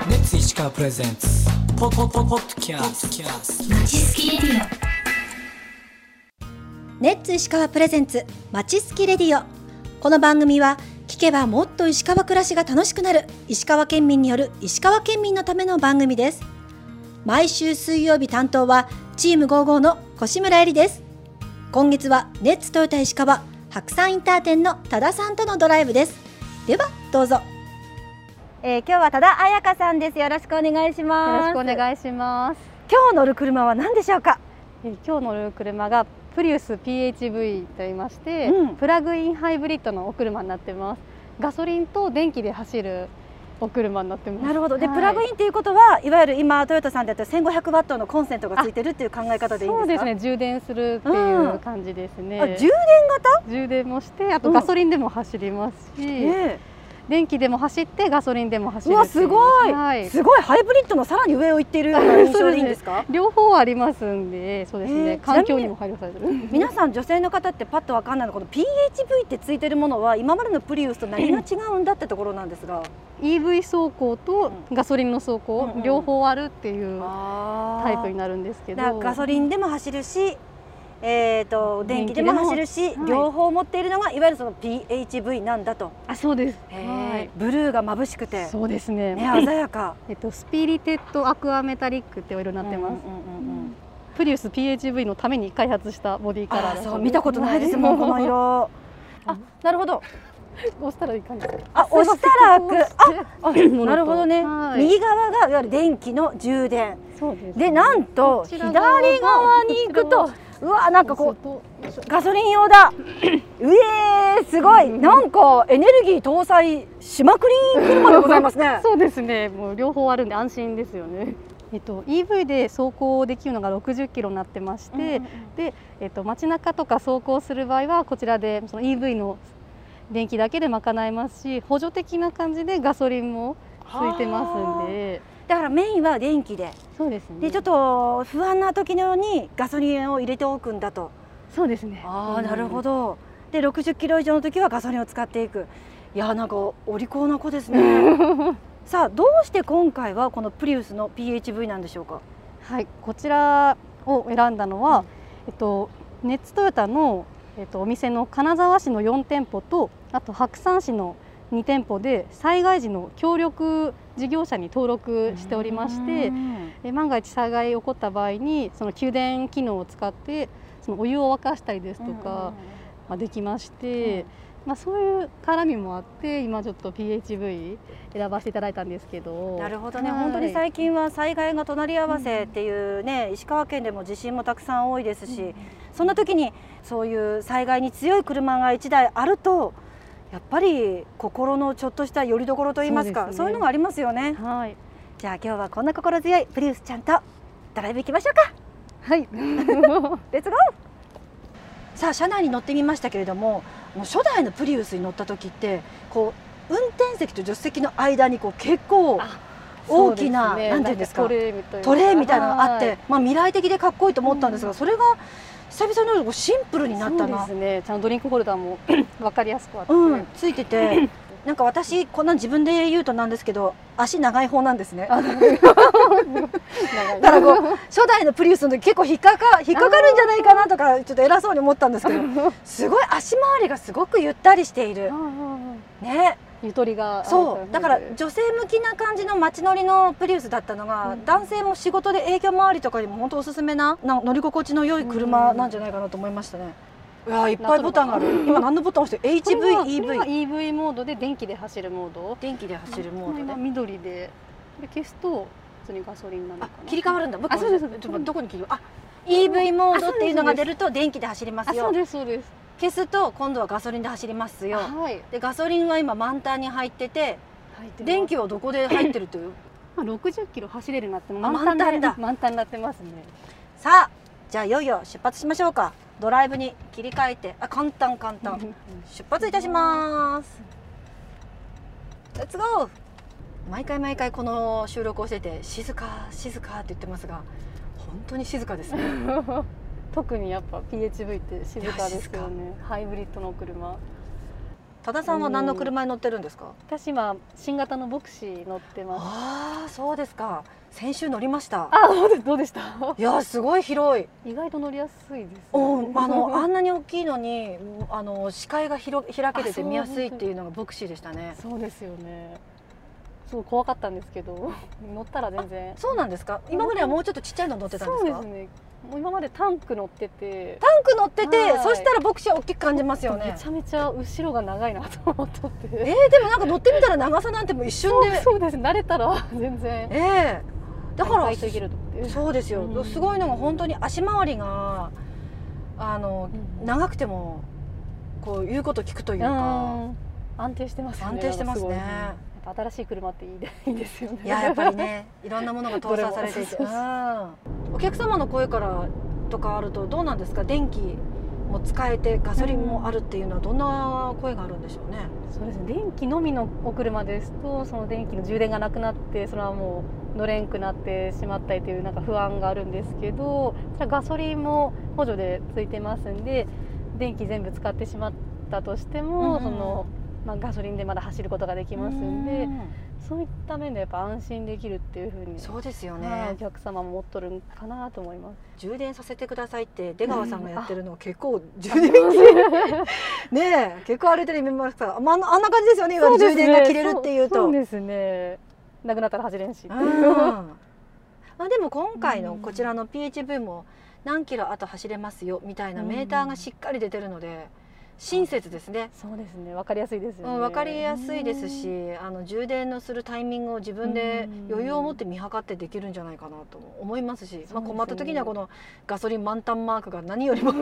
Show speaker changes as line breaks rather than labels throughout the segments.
ープレゼンツポポポポッドキャスト
スキレディ
レッツ石川プレゼンツまちすきレディオこの番組は聞けばもっと石川暮らしが楽しくなる石川県民による石川県民のための番組です毎週水曜日担当はチーム55の越村恵里です今月はレッツトヨタ石川白山インター店の多田さんとのドライブですではどうぞ、え今日は多田彩香さんですよろしくお願いし
よろし
ま
くお願いします。
今日乗る車は何でしょうか
えー今日乗る車がプリウス PHV と言いまして、
うん
プラグインハイブリッドのお車になってます。ガソリンと電気で走るお車になってます。
なるほど。で、
はい
プラグインということはいわゆる今トヨタさんであった1500ワットのコンセントがついてるっていう考え方でいい
そうん
で
です
か。
すね。充電するって
う
い
ん
う感じですね。
あ、充
充電もして、あ
う
と
ん
ガソリンでも走りますし、
電、ね
電気でも走ってガソリンでも走る
うわ
っていう
すごい
はい。
すごいハイブリッドのさらに上を行っている ような印象でいいんですか。
両方ありますんで、そうですね。
えー
環境にも配慮されてる。
皆さん女性の方ってパッとわかんないのこの PHV ってついてるものは今までのプリウスと何が違うんだってところなんですが。
EV 走行とガソリンの走行、
うんうん
両方あるっていうタイプに
な
なるんですけど
だからガソリンでも走るし。えー、と電気でも
電気でも
走るし、
はい
両方持っているのがいわゆるその PHV なんだと、
あそうです
へーブルーが眩しくて、
そうですね
ね、鮮やか
えっとスピリテッドアクアメタリックってお色になってます、
うんうんうんうん
プリウス PHV のために開発したボディカラー
あ
だ
ー
そう
そう見たことないですもんこの色あなるほど
押したらいい感じです
あ押したら開くあ
と
なるほどね、
はい
右側がいわゆる電気の充電
そうです
でなんと
こちら
左
側が
側に行くと
こ
うわなんか
こ
こ
うと
うガソリン用 だうえーすごいなんかエネルギー搭載しまくりん車でございます ね
そうですねもう両方あるんで安心ですよねえっと EV で走行できるのが60キロになってまして、えっと、街中とか走行する場合はこちらでその EV の電気だけで賄えますし補助的な感じでガソリンもついてますんで
だからメインは電気で
そうですね
でちょっと不安な時のようにガソリンを入れておくんだと
そうですね
ああなるほ
ど
ど。で60キロ以上の時はガソリンを使っていく。いやーなんかお利口な子です ね。さあどうして今回はこのプリウスの PHV なんでしょうか。
はいこちらを選んだのは、えっと、ネッツトヨタの、えっと、お店の金沢市の4店舗とあと白山市の2店舗で災害時の協力事業者に登録しておりまして
うん
で万が一災害起こった場合にその給電機能を使ってそのお湯を沸かしたりですとか、まあ、できまして、まあ、そういう絡みもあって今ちょっと PHV 選ばせていただいたんですけど
なるほどね、
はい
本当に最近は災害が隣り合わせっていうね、石川県でも地震もたくさん多いですし、そんな時にそういう災害に強い車が1台あるとやっぱり心のちょっとした拠り所といいますか
そうですね
そういうのがありますよね。
はい、
じゃあ今日はこんな心強いプリウスちゃんとドライブ行きましょうか
はい、
レッツゴーさあ車内に乗ってみましたけれどもあの初代のプリウスに乗った時ってこう運転席と助手席の間にこう結構
あ
大きな、
そうですね
なんていうんですか
トレーみたいな
トレーみたいなのがあって、
はい
まあ、未来的でかっこいいと思ったんですが、それが久々のようにこうシンプルになったな
そうですねちゃんとドリンクホルダーも わかりやすくあって、
うん、ついててなんか私こんなん自分で言うとなんですけど足長い方なんですね
長い
だからこう初代のプリウスの時結構引っかか引っかかるんじゃないかなとかちょっと偉そうに思ったんですけどすごい足回りがすごくゆったりしている
はいはいはい
ね
ゆとりがある感
そう
じで
だから女性向きな感じの街乗りのプリウスだったのが、
うん
男性も仕事で営業回りとかにも本当おすすめなな乗り心地の良い車なんじゃないかなと思いましたね、いやーいっぱいボタンがある今何のボタン押してる
これはこれは
HVEV
EV モードで電気で走るモード
電気で走るモード
今
ね
緑でこれ消すと普通にガソリンになるの
あ
かな
切り替わるんだ僕
あそうですそうです
ちょっとどこに切りあ EV モードっていうのが出ると電気で走りま
あ
す
そ
よ
うですそうです
消すと今度はガソリンで走りますよ
はい
でガソリンは今満タンに入ってて
入ってます
電気はどこで入ってるという
まあ60キロ走れるなって
満タン
満タン
だ
だ満タンになってますね
さあじゃあいよいよ出発しましょうかドライブに切り替えてあ簡単簡単出発いたしますレッツゴー毎回毎回この収録をしてて静か静かって言ってますが本当に静かですね
特にやっぱ PHV って静かですよねハイブリッドの車
多田さんは何の車に乗ってるんですか。
私今新型のボクシー乗ってます。
ああ、そうですか。先週乗りました。
あ、どうですどうでした
いやー、すごい広い。
意外と乗りやすいです、ね。
おーあのあんなに大きいのにあの視界が広開けてて見やすいっていうのがボクシーでしたね。
そうですよね。すごい怖かったんですけど、 乗ったら全然。
そうなんですか。今まではもうちょっとちっちゃいの乗ってたんですか。
そうですね。もう今までタンク乗ってて。
タンク乗ってて、
はい
そしたらボクシーは大きく感じますよね
めち。ゃめちゃ後ろが長いなと思っとっ
え
て。
ー、でもなんか乗ってみたら長さなんてもう一瞬
そう
で。
そうです。慣れたら全然。
ええだから
意外といけると思って。
そうですよ、
うん
すごいのが本当に足回りがあの長くてもこう言うこと聞くというか、
うん安定してますね。
安定してますね
なんかごいやっぱ新しい車っていいでいいですよね。
いややっぱり。ね いろんなものが搭載されていて、
どれも
うんお客様の声からとかあるとどうなんですか電気も使えてガソリンもあるっていうのはどんな声があるんでしょうね、
そうですね。電気のみのお車ですと、その電気の充電がなくなって、それはもう乗れんくなってしまったりというなんか不安があるんですけど、じゃあガソリンも補助でついてますんで、電気全部使ってしまったとしても、
うん
そのまあガソリンでまだ走ることができますんで、
うん
そういった面でやっぱ安心できるっていうふうに。
そうですよね、
はいお客様も持っとるんかなと思います。
充電させてくださいって出川さんがやってるのは結構充
あ
電器ねえ結構歩いてる見ますから、まあ、あんなあんな感じですよねいわゆる充電が切れるっていうと
そうですねなくなったら走れんし
うんまあでも今回のこちらの PHV も何キロあと走れますよみたいなメーターがしっかり出てるので親切ですね。
そうですねわかりやすいですよ
う
ね、
ん、分かりやすいですしあの充電のするタイミングを自分で余裕を持って見計ってできるんじゃないかなとも思いますし、まあ、困った時にはこのガソリン満タンマークが何よりも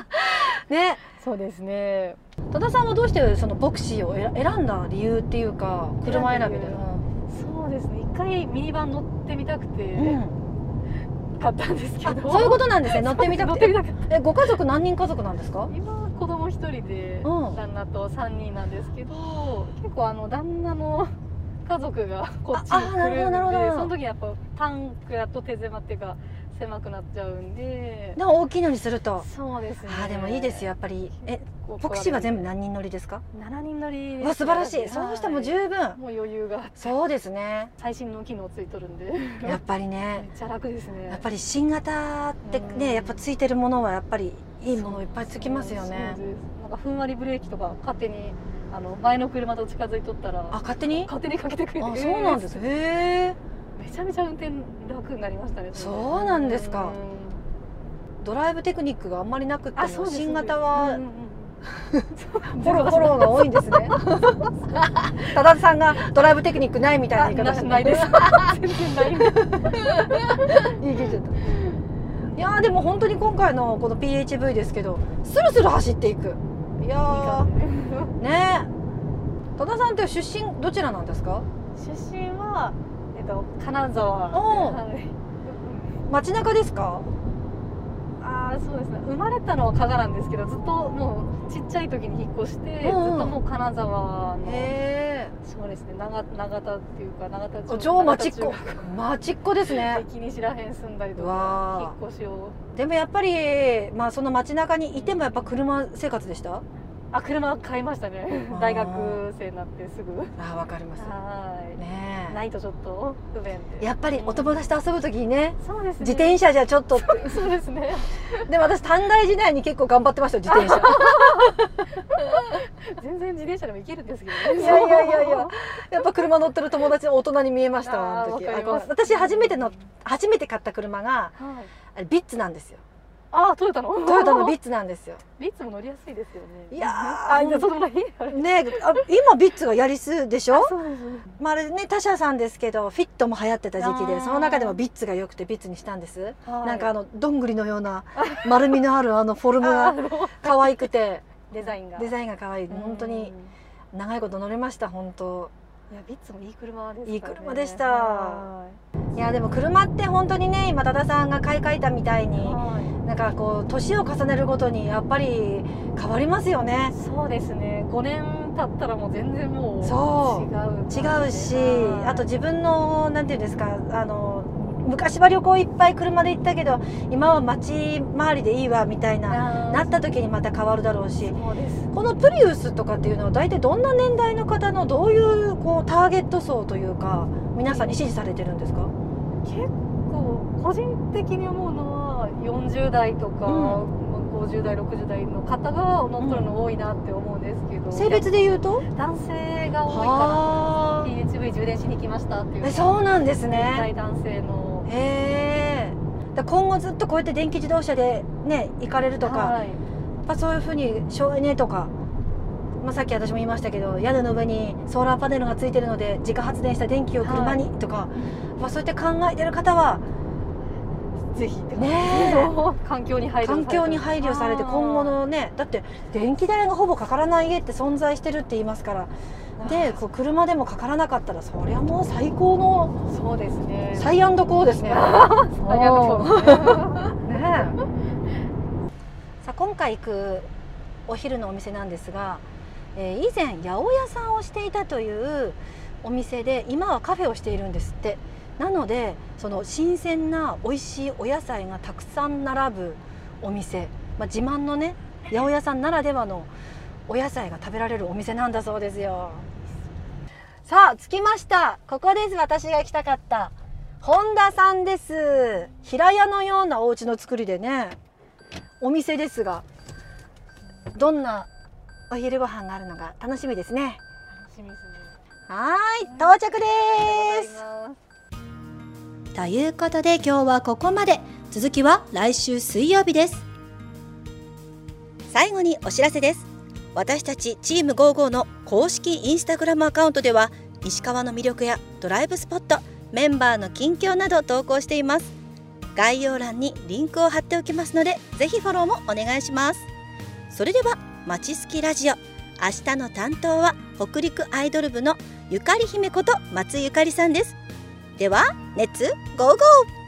ね
そうですね
多田さんはどうしてそのボクシーを選選んだ理由っていうか車選びで。
選んだそうですね一回ミニバン乗ってみたくて
うん
買ったんですけ
あ
ど、
そういうことなんですね乗ってみた
乗
く
っててみたくて
えご家族何人家族なんですか？
今は子供一人で
うん
旦那と三人なんですけど結構あの旦那の家族がこっち
あ
に
あ
来るん
なるほどなる
で
ほど
その時やっぱタンクだと手狭っていうか狭くなっちゃうんで
でも大きいのにすると。
そうですね
あーでもいいですよやっぱり。えボクシーは全部何人乗りですか？
7人乗りです
わ素晴らしい。そうしたらもう
は
十分
い。もう余裕が
そうですね。
最新の機能ついとるんで
やっぱり
め
ね。
っちゃ楽ですね
やっぱり新型って
う
ね
ん
やっぱついてるものはやっぱりいいものいっぱいつきますよね
そう。ですなんかふんわりブレーキとか勝手にあの前の車と近づいとったら
あ勝手に？あ
勝手にかけてくれて
そうなんです。へえ。
めちゃめちゃ運転楽になりましたね
そうなんですか
うん
ドライブテクニックがあんまりなくって
あそう
も
です
新型
う
は
んうんうん
コロコロが多いんです ね。多田さんがドライブテクニックないみた
あ
いな言い方
な
して
ないです 全然ない
いい記事だったいやーでも本当に今回のこの PHV ですけどスルスル走っていくいやーねえ多田さんって出身どちらなんですか
出身はえっと金沢
おお
はい
街中ですか
ああそうですね生まれたのは加賀なんですけどずっともうちっちゃい時に引っ越して、
うんうん
ずっともう金沢の
へえ
そうですね長長田っていうか長田
お超町っ子
長田中
町っ子ですね
学駅西らへん住んだりと
うわ
か引っ越しを
でもやっぱりまあその街中にいてもやっぱ車生活でした
あ車買いましたね
あー
大学生になってすぐは
あわかりま
ー
ね
いないとちょっと不便
え
で
やっぱりお友達と遊ぶ時にね
そうですね
自転車じゃちょっとって
そうですね
で私短大時代に結構頑張ってましたよ自転車
全然自転車でも行けるんですけどね
いやいやいやいややっぱ車乗ってる友達の大人に見えましたわ
あ
あ
ー
の時
わかり
あ
ます
こう私初めての初めて買った車が
はい
あれビッツなんですよ
ああトヨタの
トヨタの ビッツなんですよ
ビッツも乗りやすいですよね
いやー
あじゃあそのぐらいあれ
ねえあ今ビッツがヤリスでしょ
そうですね
まああれね他社さんですけどフィットも流行ってた時期
あ
で
ー
その中でもビッツが良くてビッツにしたんですな
なん
かあのどんぐりのような丸みのあるあのフォルムが可愛くて
デザインが
デザインが可愛い本当に長いこと乗れました本当
いやビッツもいい車ですからね
いい車でした
はい
やでも車って本当にね今多田さんが買い替えたみたい
い
に
は
なんかこう年を重ねるごとにやっぱり変わりますよね
いそうですね5年経ったらもう全然もう
そう
違う感じ
違
で
うし
はい
あと自分のなんていうんですかあの昔は旅行いっぱい車で行ったけど今は街周りでいいわみたいなな
な
った時にまた変わるだろうし
そうです
このプリウスとかっていうのは大体どんな年代の方のどういうこうターゲット層というか皆さんに支持されてるんですか
結構個人的に思うのは40代とか、
う
50代60代の方が乗ってるの多いなって思うんですけど、
性別で言うと
男性が多いか
は
ら PHV 充電しに来ましたっていう
あえそうなんです
現
ね
代男性の
へえだから今後ずっとこうやって電気自動車でね行かれるとか、
はい
やっぱそういうふうに省エネとか、まあ、さっき私も言いましたけど屋根の上にソーラーパネルがついてるので自家発電した電気を車にとか、まあ、そうやって考えてる方は
ぜひって感じ
ねえ
環境に配慮され
環
て
境に配慮されて今後のねだって電気代がほぼかからない家って存在してるって言いますから
あー
でこう車でもかからなかったらそりゃもう最高の
そうですね
サイアンドコーですね。
最悪そうですね
ねえさあ今回行くお昼のお店なんですが、えー以前八百屋さんをしていたというお店で今はカフェをしているんですってなのでその新鮮な美味しいお野菜がたくさん並ぶお店、まあ、自慢のね八百屋さんならではのお野菜が食べられるお店なんだそうですよさあ着きましたここです私が行きたかった本田さんです平屋のようなお家の作りでねお店ですがどんなお昼ご飯があるのか楽しみですね
楽しみですね
はーい到着で
ありがとうござい
す
ます
ということで今日はここまで続きは来週水曜日です最後にお知らせです私たちチーム55の公式インスタグラムアカウントでは石川の魅力やドライブスポットメンバーの近況など投稿しています概要欄にリンクを貼っておきますのでぜひフォローもお願いしますそれではまちすきラジオ明日の担当は北陸アイドル部のゆかり姫こと松井ゆかりさんですではレッツゴーゴー